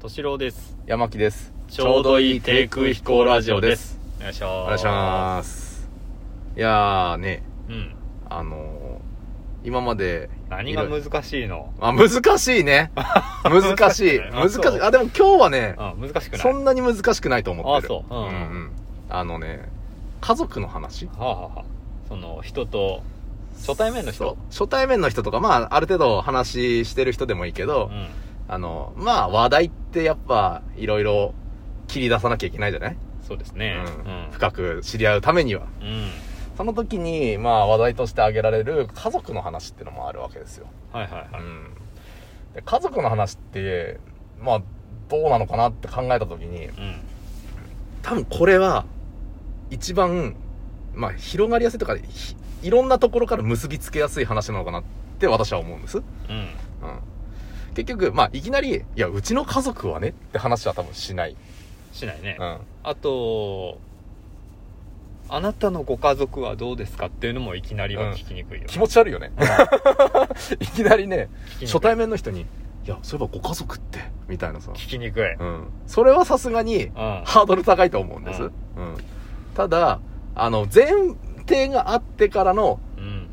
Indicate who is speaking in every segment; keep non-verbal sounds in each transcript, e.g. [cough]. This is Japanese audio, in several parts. Speaker 1: 敏郎です。
Speaker 2: 山木です
Speaker 1: ちょうどいい低空飛行ラジオです。お願いします。
Speaker 2: お願いしますいやーね
Speaker 1: す。うん。
Speaker 2: あのー、今まで
Speaker 1: 何が
Speaker 2: いろいろ
Speaker 1: 難しいの
Speaker 2: あ難し
Speaker 1: [laughs]
Speaker 2: いね難しい
Speaker 1: 難
Speaker 2: 難
Speaker 1: し
Speaker 2: し
Speaker 1: い
Speaker 2: い
Speaker 1: ねあそう
Speaker 2: あでも今日はね
Speaker 1: うん、難しくない。
Speaker 2: そんなに難しくないと思ってる
Speaker 1: あそう
Speaker 2: う
Speaker 1: うん
Speaker 2: ん、
Speaker 1: う
Speaker 2: うんんあのね家族の話
Speaker 1: はあ、はあはあ、その、人と、初対面の人
Speaker 2: そう初対面の人とかまあある程度話してる人でもいいけ
Speaker 1: う
Speaker 2: ど、
Speaker 1: ん。
Speaker 2: あのまあ話題ってやっぱいろいろ切り出さなきゃいけないじゃない、
Speaker 1: そうですね。
Speaker 2: うん、深く知り合うためには
Speaker 1: うん。うん。
Speaker 2: その時に、まあ話題として挙げられる家族の話ってのもあるわけですよ。
Speaker 1: はいはいはい。
Speaker 2: ん。で家族の話って、まあ、どうなのかなって考えた時に、
Speaker 1: うん。
Speaker 2: 多分これは、一番、まあ広がりやすいとか、ひいろんなところから結びつけやすい話なのかなって私は思うんです。うん。
Speaker 1: うん。
Speaker 2: 結局、まあいきなり、いや、うちの家族はねって話は多分しない。
Speaker 1: しないね。
Speaker 2: うん。
Speaker 1: あと、あなたのご家族はどうですかっていうのもいきなりは聞きにくいよ。
Speaker 2: 気持ち悪いよね。 [laughs] いきなりね、
Speaker 1: 聞きにくい
Speaker 2: 初対面の人に、いや、そういえばご家族って、みたいなさ。
Speaker 1: 聞きにくい。うん。
Speaker 2: うん。それはさすがに、ハードル高いと思うんです。
Speaker 1: う
Speaker 2: うんん。ただ、あの、前提があってからの、
Speaker 1: うん。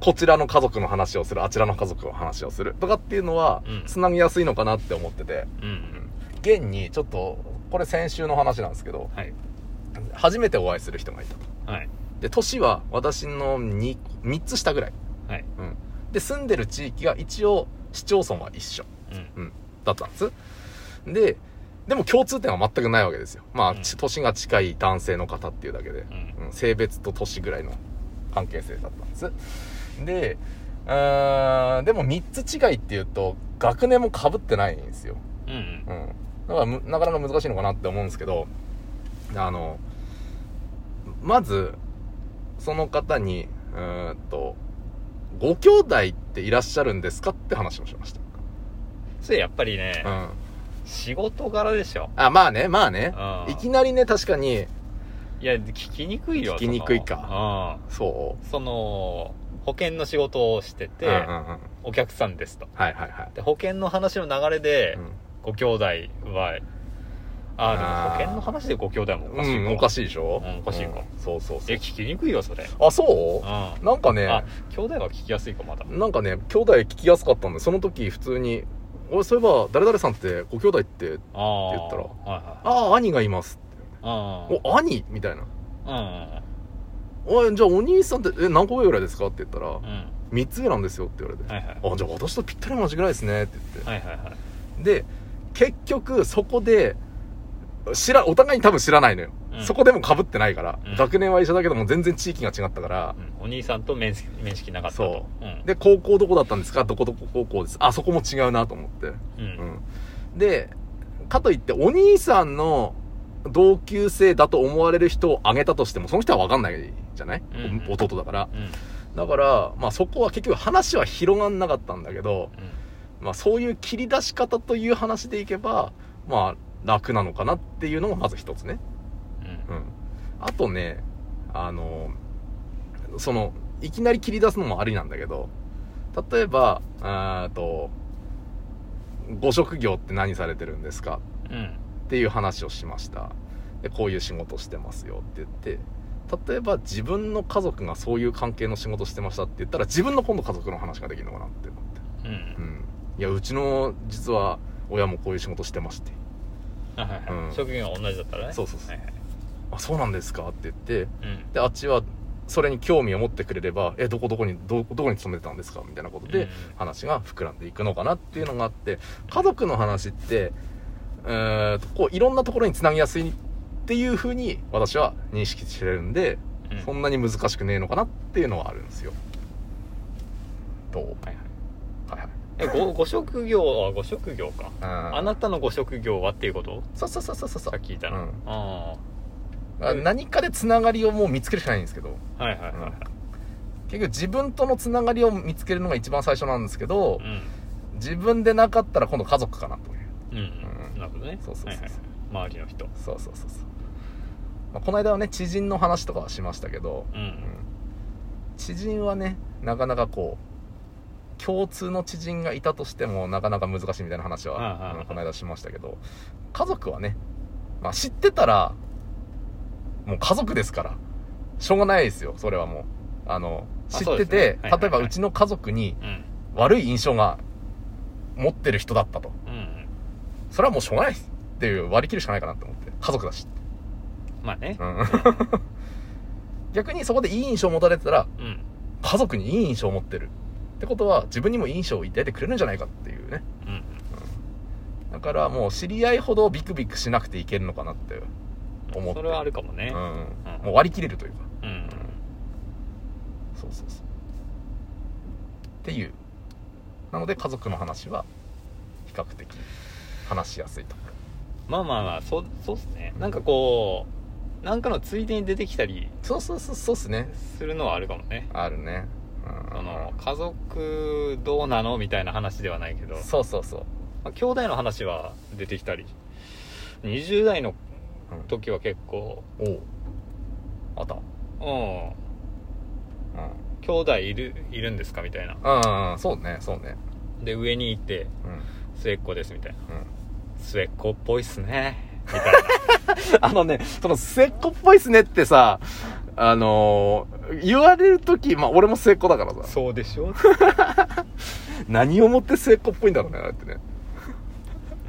Speaker 2: こちらの家族の話をする、あちらの家族の話をするとかっていうのは
Speaker 1: うん、
Speaker 2: つなぎやすいのかなって思ってて、
Speaker 1: うん。
Speaker 2: 現に、ちょっと、これ先週の話なんですけど、
Speaker 1: はい。
Speaker 2: 初めてお会いする人がいたと。
Speaker 1: はい。
Speaker 2: で、年は私の2、3つ下ぐらい。
Speaker 1: はい。
Speaker 2: うん。で、住んでる地域が一応、市町村は一緒。
Speaker 1: うん。
Speaker 2: うん、だったんです。で、でも共通点は全くないわけですよ。まあ、
Speaker 1: うん
Speaker 2: ち年が近い男性の方っていうだけで、
Speaker 1: うん。
Speaker 2: うん性別と年ぐらいの関係性だったんです。で、うーん、でも3つ違いっていうと、学年も被ってないんですよ。
Speaker 1: うん
Speaker 2: う。ん。だからむ、なかなか難しいのかなって思うんですけど、あの、まず、その方に、うーんと、ご兄弟っていらっしゃるんですかって話をしまし
Speaker 1: それやっぱりね、
Speaker 2: た。うん。
Speaker 1: 仕事柄でしょ。
Speaker 2: あ、まあね、まあね。
Speaker 1: うん
Speaker 2: いきなりね、確かに、
Speaker 1: いや、聞きにくいよ。
Speaker 2: 聞きにくいか
Speaker 1: その
Speaker 2: そ
Speaker 1: うん。その、保険の仕事をして
Speaker 2: う。
Speaker 1: て、
Speaker 2: うんうんうん、
Speaker 1: お客さんですと。
Speaker 2: はいはいはい。
Speaker 1: で、保険の話の流れで
Speaker 2: う、
Speaker 1: ご兄弟は、あ
Speaker 2: あ
Speaker 1: あ、
Speaker 2: ー
Speaker 1: でも保険の話でご兄弟もおかしい
Speaker 2: ん、
Speaker 1: か。
Speaker 2: うん、おか
Speaker 1: しい。
Speaker 2: しいでしょ、
Speaker 1: うんおかしいか
Speaker 2: うんそうそうそ
Speaker 1: え、
Speaker 2: う。
Speaker 1: 聞きにくいよ、それ。
Speaker 2: あ、
Speaker 1: うん。
Speaker 2: そ
Speaker 1: あ
Speaker 2: う、なんかね、
Speaker 1: 兄弟は聞きやすいか、まだ。
Speaker 2: なんかね、兄弟聞きやすかったんで、その時普通に、俺そういえば、誰々さんって、ご兄弟って、
Speaker 1: ああ。
Speaker 2: って言ったら
Speaker 1: はいはい。
Speaker 2: ああ、兄がいます。
Speaker 1: あ
Speaker 2: お、兄みたいな。
Speaker 1: あ。
Speaker 2: おい、じゃあお兄さんって、え、何個上ぐらいですかって言ったら
Speaker 1: うん。う、ん。
Speaker 2: 3つ上なんですよって言われて。
Speaker 1: はいはい。
Speaker 2: あ、じゃあ私とぴったり同じぐらいですねって言って。
Speaker 1: はいはいはい。
Speaker 2: で結局そこで知らお互いに多分知らないのよ、
Speaker 1: うん
Speaker 2: そこでも被ってないから、
Speaker 1: うん
Speaker 2: 学年は一緒だけども全然地域が違ったから
Speaker 1: う、んお兄さんと面識面識なかったと
Speaker 2: そ。
Speaker 1: うん。
Speaker 2: で高校どこだったんですかどこどこ高校ですあそこも違うなと思って、
Speaker 1: う。
Speaker 2: うんん、でかといってお兄さんの同級生だと思われる人を挙げたとしてもその人は分かんないじゃない、
Speaker 1: うん
Speaker 2: お弟だから
Speaker 1: うん。
Speaker 2: だから、まあ、そこは結局話は広がんなかったんだけど、
Speaker 1: うん。
Speaker 2: まあ、そういう切り出し方という話でいけば、まあ、楽なのかなっていうのがまず一つね。
Speaker 1: うん
Speaker 2: うん。あとね、あの、その、いきなり切り出すのもありなんだけど、例えば、あーと、ご職業って何されてるんですか
Speaker 1: うん。
Speaker 2: っていう話をしました。で、こういう仕事してますよって言って、例えば自分の家族がそういう関係の仕事してましたって言ったら、自分の今度家族の話ができるのかなって思って。
Speaker 1: う。
Speaker 2: うんん、いやうちの実は親もこういう仕事してまして
Speaker 1: あはいはい
Speaker 2: うん
Speaker 1: 職業が同じだったらね。
Speaker 2: そうそうそう
Speaker 1: はいはい
Speaker 2: あそうなんですかって言って
Speaker 1: うん。
Speaker 2: であっちはそれに興味を持ってくれればえどこどこにどどこに勤めてたんですかみたいなことで、
Speaker 1: うん
Speaker 2: 話が膨らんでいくのかなっていうのがあって家族の話ってうーんとこういろんなところにつなぎやすいっていうふうに私は認識してるんで、
Speaker 1: うん
Speaker 2: そんなに難しくねえのかなっていうのはあるんですよどう
Speaker 1: はいはい
Speaker 2: はいはい
Speaker 1: えごご職業はご職業かあ
Speaker 2: あ
Speaker 1: なたのご職業はっていうこと
Speaker 2: そうそうそうそうそう
Speaker 1: さっき聞いたら
Speaker 2: うん
Speaker 1: あ
Speaker 2: あ何かでつながりをもう見つけるしかないんですけど
Speaker 1: あはいはいはいはい
Speaker 2: 結局自分とのつながりを見つけるのが一番最初なんですけど
Speaker 1: うん
Speaker 2: 自分でなかったら今度家族かなという
Speaker 1: うん
Speaker 2: うん
Speaker 1: なるほどね
Speaker 2: そうそ
Speaker 1: は
Speaker 2: うそうそう
Speaker 1: いはい周りの人
Speaker 2: そうそうそうそう、まあ、この間はね知人の話とかはしましたけど、
Speaker 1: う
Speaker 2: うん
Speaker 1: ん
Speaker 2: 知人はねなかなかこう共通の知人がいたとしてもなかなか難しいみたいな話
Speaker 1: うん
Speaker 2: は、
Speaker 1: うんうん
Speaker 2: この間しましたけど家族はね、まあ、知ってたらもう家族ですからしょうがないですよそれはもうあの
Speaker 1: あ
Speaker 2: 知
Speaker 1: そ
Speaker 2: っ
Speaker 1: う
Speaker 2: て
Speaker 1: ですね
Speaker 2: て、
Speaker 1: はいはいはい
Speaker 2: 例えばうちの家族に
Speaker 1: うん
Speaker 2: 悪い印象が持ってる人だったと
Speaker 1: うん
Speaker 2: それはもうしょうがないですっていう割り切るしかないかなと思って家族だし、
Speaker 1: まあね
Speaker 2: うん [laughs] 逆にそこでいい印象を持たれてたら
Speaker 1: うん
Speaker 2: 家族にいい印象を持ってるってことは自分にもいい印象を抱いてくれるんじゃないかっていうね
Speaker 1: うん
Speaker 2: だからもう知り合いほどビクビクしなくていけるのかなって思って
Speaker 1: それはあるかもね
Speaker 2: うん、
Speaker 1: うん
Speaker 2: もう割り切れるというか
Speaker 1: うん
Speaker 2: そうそうそうっていうなので家族の話は比較的話しやすいと
Speaker 1: まあまあまあそうそうっすねなんかこうなんかのついでに出てきたり
Speaker 2: そうそうそうそうっすね
Speaker 1: するのはあるかもね
Speaker 2: あるねうん
Speaker 1: その家族どうなのみたいな話ではないけど、
Speaker 2: そうそうそう
Speaker 1: まあ、兄弟の話は出てきたり20代の
Speaker 2: うん
Speaker 1: 時は結構
Speaker 2: おうあった
Speaker 1: うん兄弟いるいるんですかみたいな
Speaker 2: うん、うん、そうねそうね
Speaker 1: で上に行って
Speaker 2: うんうん
Speaker 1: 末っ子ですみたいな末っ子っぽいっすねみたいな
Speaker 2: [laughs] あのね、その末っ子っぽいっすねってさ、あのー言われるとき、まあ俺も末っ子だからさ、
Speaker 1: そうでし
Speaker 2: [laughs]
Speaker 1: ょ
Speaker 2: 何をもって末っ子っぽいんだろうね、あれってね。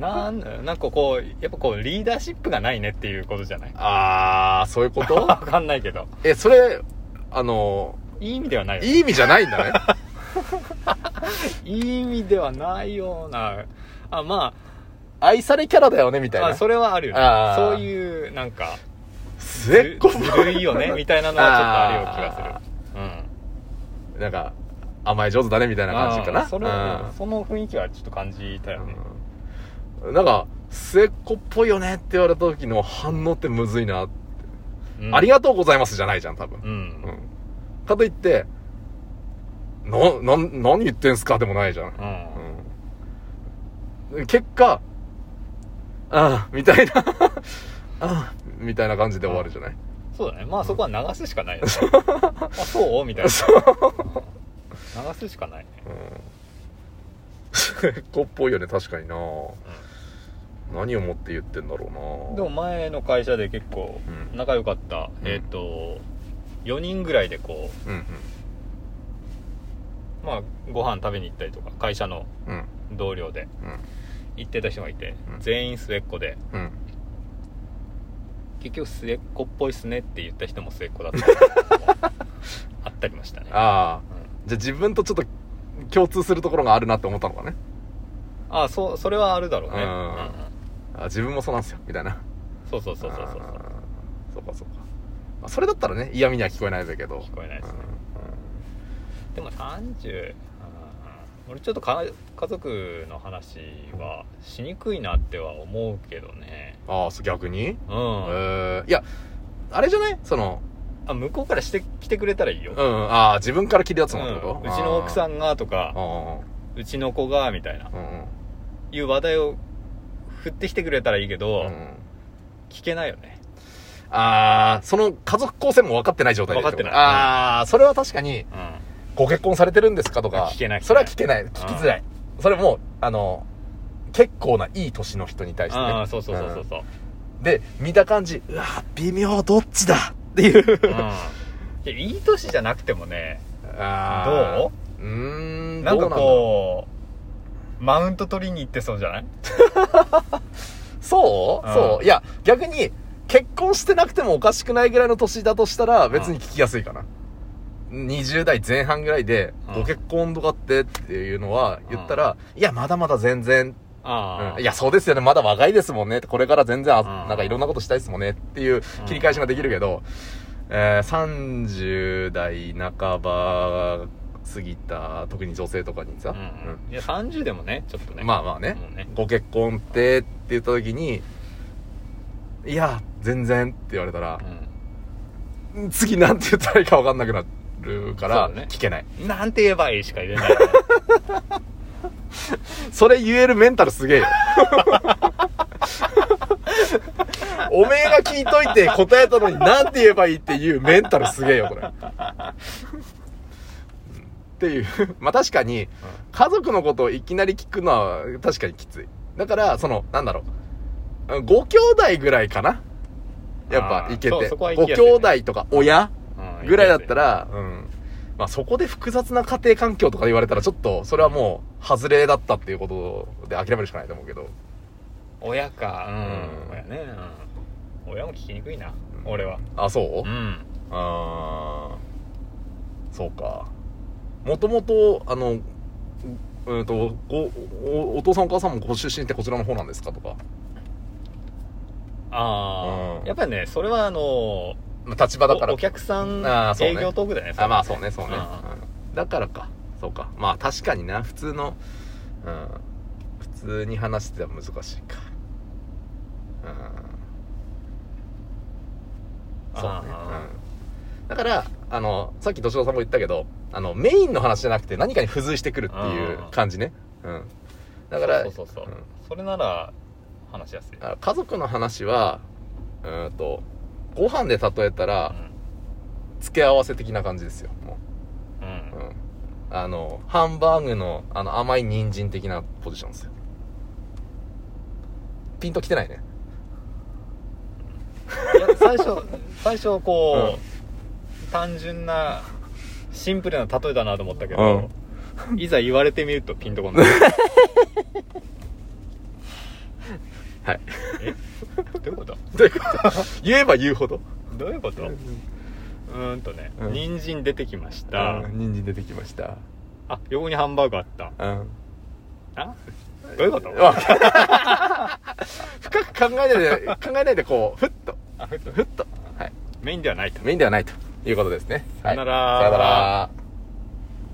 Speaker 1: なんなんかこうやっぱこうリーダーシップがないねっていうことじゃない
Speaker 2: あー、そういうこ
Speaker 1: わ
Speaker 2: と
Speaker 1: かんないけど
Speaker 2: [laughs] え、それ、あの
Speaker 1: いい意味ではない
Speaker 2: ー
Speaker 1: よ
Speaker 2: いい意味じゃない
Speaker 1: [laughs]
Speaker 2: んだね。
Speaker 1: いい意味ではないようなあま
Speaker 2: 愛されキャラだよね、みたい
Speaker 1: ああ
Speaker 2: な。
Speaker 1: それはあるよね
Speaker 2: あー
Speaker 1: そういうなんか
Speaker 2: 末っ子っ
Speaker 1: ず
Speaker 2: ぽ
Speaker 1: るいよねみたいなのはちょっとあるような気がする
Speaker 2: い。なんか、甘え上手だね、みたい
Speaker 1: うん
Speaker 2: な感じかな。
Speaker 1: あーそれ
Speaker 2: うん
Speaker 1: はその雰囲気はちょっと感じたよね
Speaker 2: うんなんか、末っ子っぽいよねって言われた時の反応ってむずいな。あり
Speaker 1: が
Speaker 2: がとうございますじゃないじゃん、多分。
Speaker 1: う
Speaker 2: うんんかといって、な、な、何言ってんすかでもないじゃん。
Speaker 1: うんうん
Speaker 2: うん。結果、ああ、みたい
Speaker 1: [laughs]
Speaker 2: な、ああ、みたいな感じで終わるじゃない
Speaker 1: そうだねまあそこは流すしかないよねあそうみたいな流すしかないね
Speaker 2: うん。結構っぽいよね、確かにな何をもって言ってんだろうな
Speaker 1: でも前の会社で結構
Speaker 2: うん
Speaker 1: 仲良かった
Speaker 2: うん
Speaker 1: えっと4人ぐらいでこ
Speaker 2: うん
Speaker 1: うまあご飯食べに行ったりとか会社の
Speaker 2: うん。うん。
Speaker 1: 同僚で行ってた人がいて
Speaker 2: うん
Speaker 1: 全員末っ子で
Speaker 2: うん。うん。
Speaker 1: 結局末っ子っぽいっすねって言った人も末っ子だったりと [laughs] かあったりましたね
Speaker 2: ああ。
Speaker 1: うん
Speaker 2: じゃあ自分とちょっと共通するところがあるなって思ったのかね。
Speaker 1: あそうそれはあるだろうね
Speaker 2: う
Speaker 1: うんんうん
Speaker 2: あ自分もそうなんですよ、みたいな。
Speaker 1: そうそうそうそうそうそう
Speaker 2: あーそうかそうか、まあ、それだったらね嫌味には聞こえないだけど
Speaker 1: 聞こえないですねでも30うん俺ちょっとか家族の話はしにくいなっては思うけどね
Speaker 2: うんああそう逆
Speaker 1: う
Speaker 2: に、え
Speaker 1: ん
Speaker 2: ーいやあれじゃないその
Speaker 1: あ向こうからして来てくれたらいいよ
Speaker 2: うんああ自分から切るやつ
Speaker 1: う
Speaker 2: もってこと、
Speaker 1: んうちの奥さ
Speaker 2: ん
Speaker 1: んがと
Speaker 2: う
Speaker 1: か
Speaker 2: んうん
Speaker 1: うちの子がみたいな
Speaker 2: うん
Speaker 1: いう話題を振ってきてくれたらいいけど
Speaker 2: うんうん
Speaker 1: 聞けないよね
Speaker 2: ああその家族構成も分かってない状態で
Speaker 1: 分かってない
Speaker 2: ああそれは確かに
Speaker 1: うん
Speaker 2: ご結婚されてるんですかとか
Speaker 1: 聞けない
Speaker 2: それは聞けない聞きづらいそれもあの結構ないい年の人に対してね
Speaker 1: ああそうそうそうそうそう
Speaker 2: で見た感じうわ微妙どっちだっていう
Speaker 1: うんいやいい年じゃなくてもね
Speaker 2: あー
Speaker 1: ど
Speaker 2: うーん
Speaker 1: うなん
Speaker 2: ど
Speaker 1: か
Speaker 2: う
Speaker 1: こうマウント取りに行ってそうじゃない
Speaker 2: なんだそう
Speaker 1: うん
Speaker 2: そういや逆に結婚してなくてもおかしくないぐらいの年だとしたら別に聞きやすいかな20代前半ぐらいで
Speaker 1: うん
Speaker 2: ご結婚とかってっていうのは言ったらいやまだまだ全然
Speaker 1: ああ、
Speaker 2: うんいやそうですよねまだ若いですもんねこれから全然あ
Speaker 1: うん
Speaker 2: なんかいろんなことしたいですもんねっていう切り返しができるけどえー30代半ば過ぎた特に女性とかにさ
Speaker 1: うん
Speaker 2: うん
Speaker 1: いや30でもねちょっとね
Speaker 2: まあまあね
Speaker 1: もうね
Speaker 2: ご結婚ってって言った時に「いや全然」って言われたら
Speaker 1: う、ん
Speaker 2: 次なんて言ったらいいか分かんなくなるから
Speaker 1: そうだね
Speaker 2: 聞けない
Speaker 1: なんて言えばいいしか言えない
Speaker 2: そ,、れ言えるメンタルすげえよおめえが聞いといて答えたのになんて言えばいいっていうメンタルすげえよこれ、うんっていうまあ確かに家族のことをいきなり聞くのは確かにきついだからそのなんだろううんご兄弟ぐらいかなやっ
Speaker 1: あ
Speaker 2: ぱ
Speaker 1: ー
Speaker 2: いけ
Speaker 1: そう
Speaker 2: て
Speaker 1: そこは行
Speaker 2: ご
Speaker 1: きや
Speaker 2: 兄
Speaker 1: すいね
Speaker 2: 弟とか親
Speaker 1: うん
Speaker 2: ぐらいだったら、うん。まあそこで複雑な家庭環境とか言われたらちょっと、それはもう、外れだったっていうことで諦めるしかないと思うけど。
Speaker 1: 親か
Speaker 2: う
Speaker 1: うんん親ね、うん、親も聞きにくいな、
Speaker 2: うん
Speaker 1: 俺は
Speaker 2: あ、そうう、
Speaker 1: ん
Speaker 2: あーそうか。もともと、あの、ううんと、ごお、お父さんお母さんもご出身ってこちらの方なんですかとか。
Speaker 1: ああ、
Speaker 2: うん
Speaker 1: やっぱりねそれはあの
Speaker 2: まあ立場だから
Speaker 1: おお。客さん
Speaker 2: あーそうね
Speaker 1: 営業トークだよね
Speaker 2: あ、まあそうね、そうね。
Speaker 1: うん
Speaker 2: うんだからか。そうか。まあ確かにな、普通の、うん、普通に話しては難しいか。うん。そうね。
Speaker 1: あ
Speaker 2: うん。だから、あの、さっき敏郎さんも言ったけど、あの、メインの話じゃなくて何かに付随してくるっていう感じね。うん。だから、
Speaker 1: そうそうそうそう、
Speaker 2: うん
Speaker 1: それなら話しやすい、
Speaker 2: あ家族の話は、うーんと、ご飯で例えたら、付け合わせ的な感じですよ。も
Speaker 1: うんうん
Speaker 2: う。うん。あの、ハンバーグの、あの、甘い人参的なポジションですよ。ピンときてないね。
Speaker 1: いや最初最初こう、単純なシンプルな例えだなと思ったけど、いざ言われてみるとピンと
Speaker 2: [laughs]
Speaker 1: こない
Speaker 2: はい。
Speaker 1: えどういうこと
Speaker 2: [laughs] どういうこと言えば言うほど。
Speaker 1: どういうことうーんとね、
Speaker 2: うん
Speaker 1: 人参出てきました、
Speaker 2: うん人参出てきました。
Speaker 1: あ横にハンバーグあった
Speaker 2: うん。
Speaker 1: あどういうこと
Speaker 2: わ [laughs] かんない深く考えないで、考えないでこう、ふっと、
Speaker 1: あ
Speaker 2: ふっと、はい。
Speaker 1: メインではないと
Speaker 2: メインではないということですね。は
Speaker 1: さ
Speaker 2: い
Speaker 1: よなら
Speaker 2: さよなら。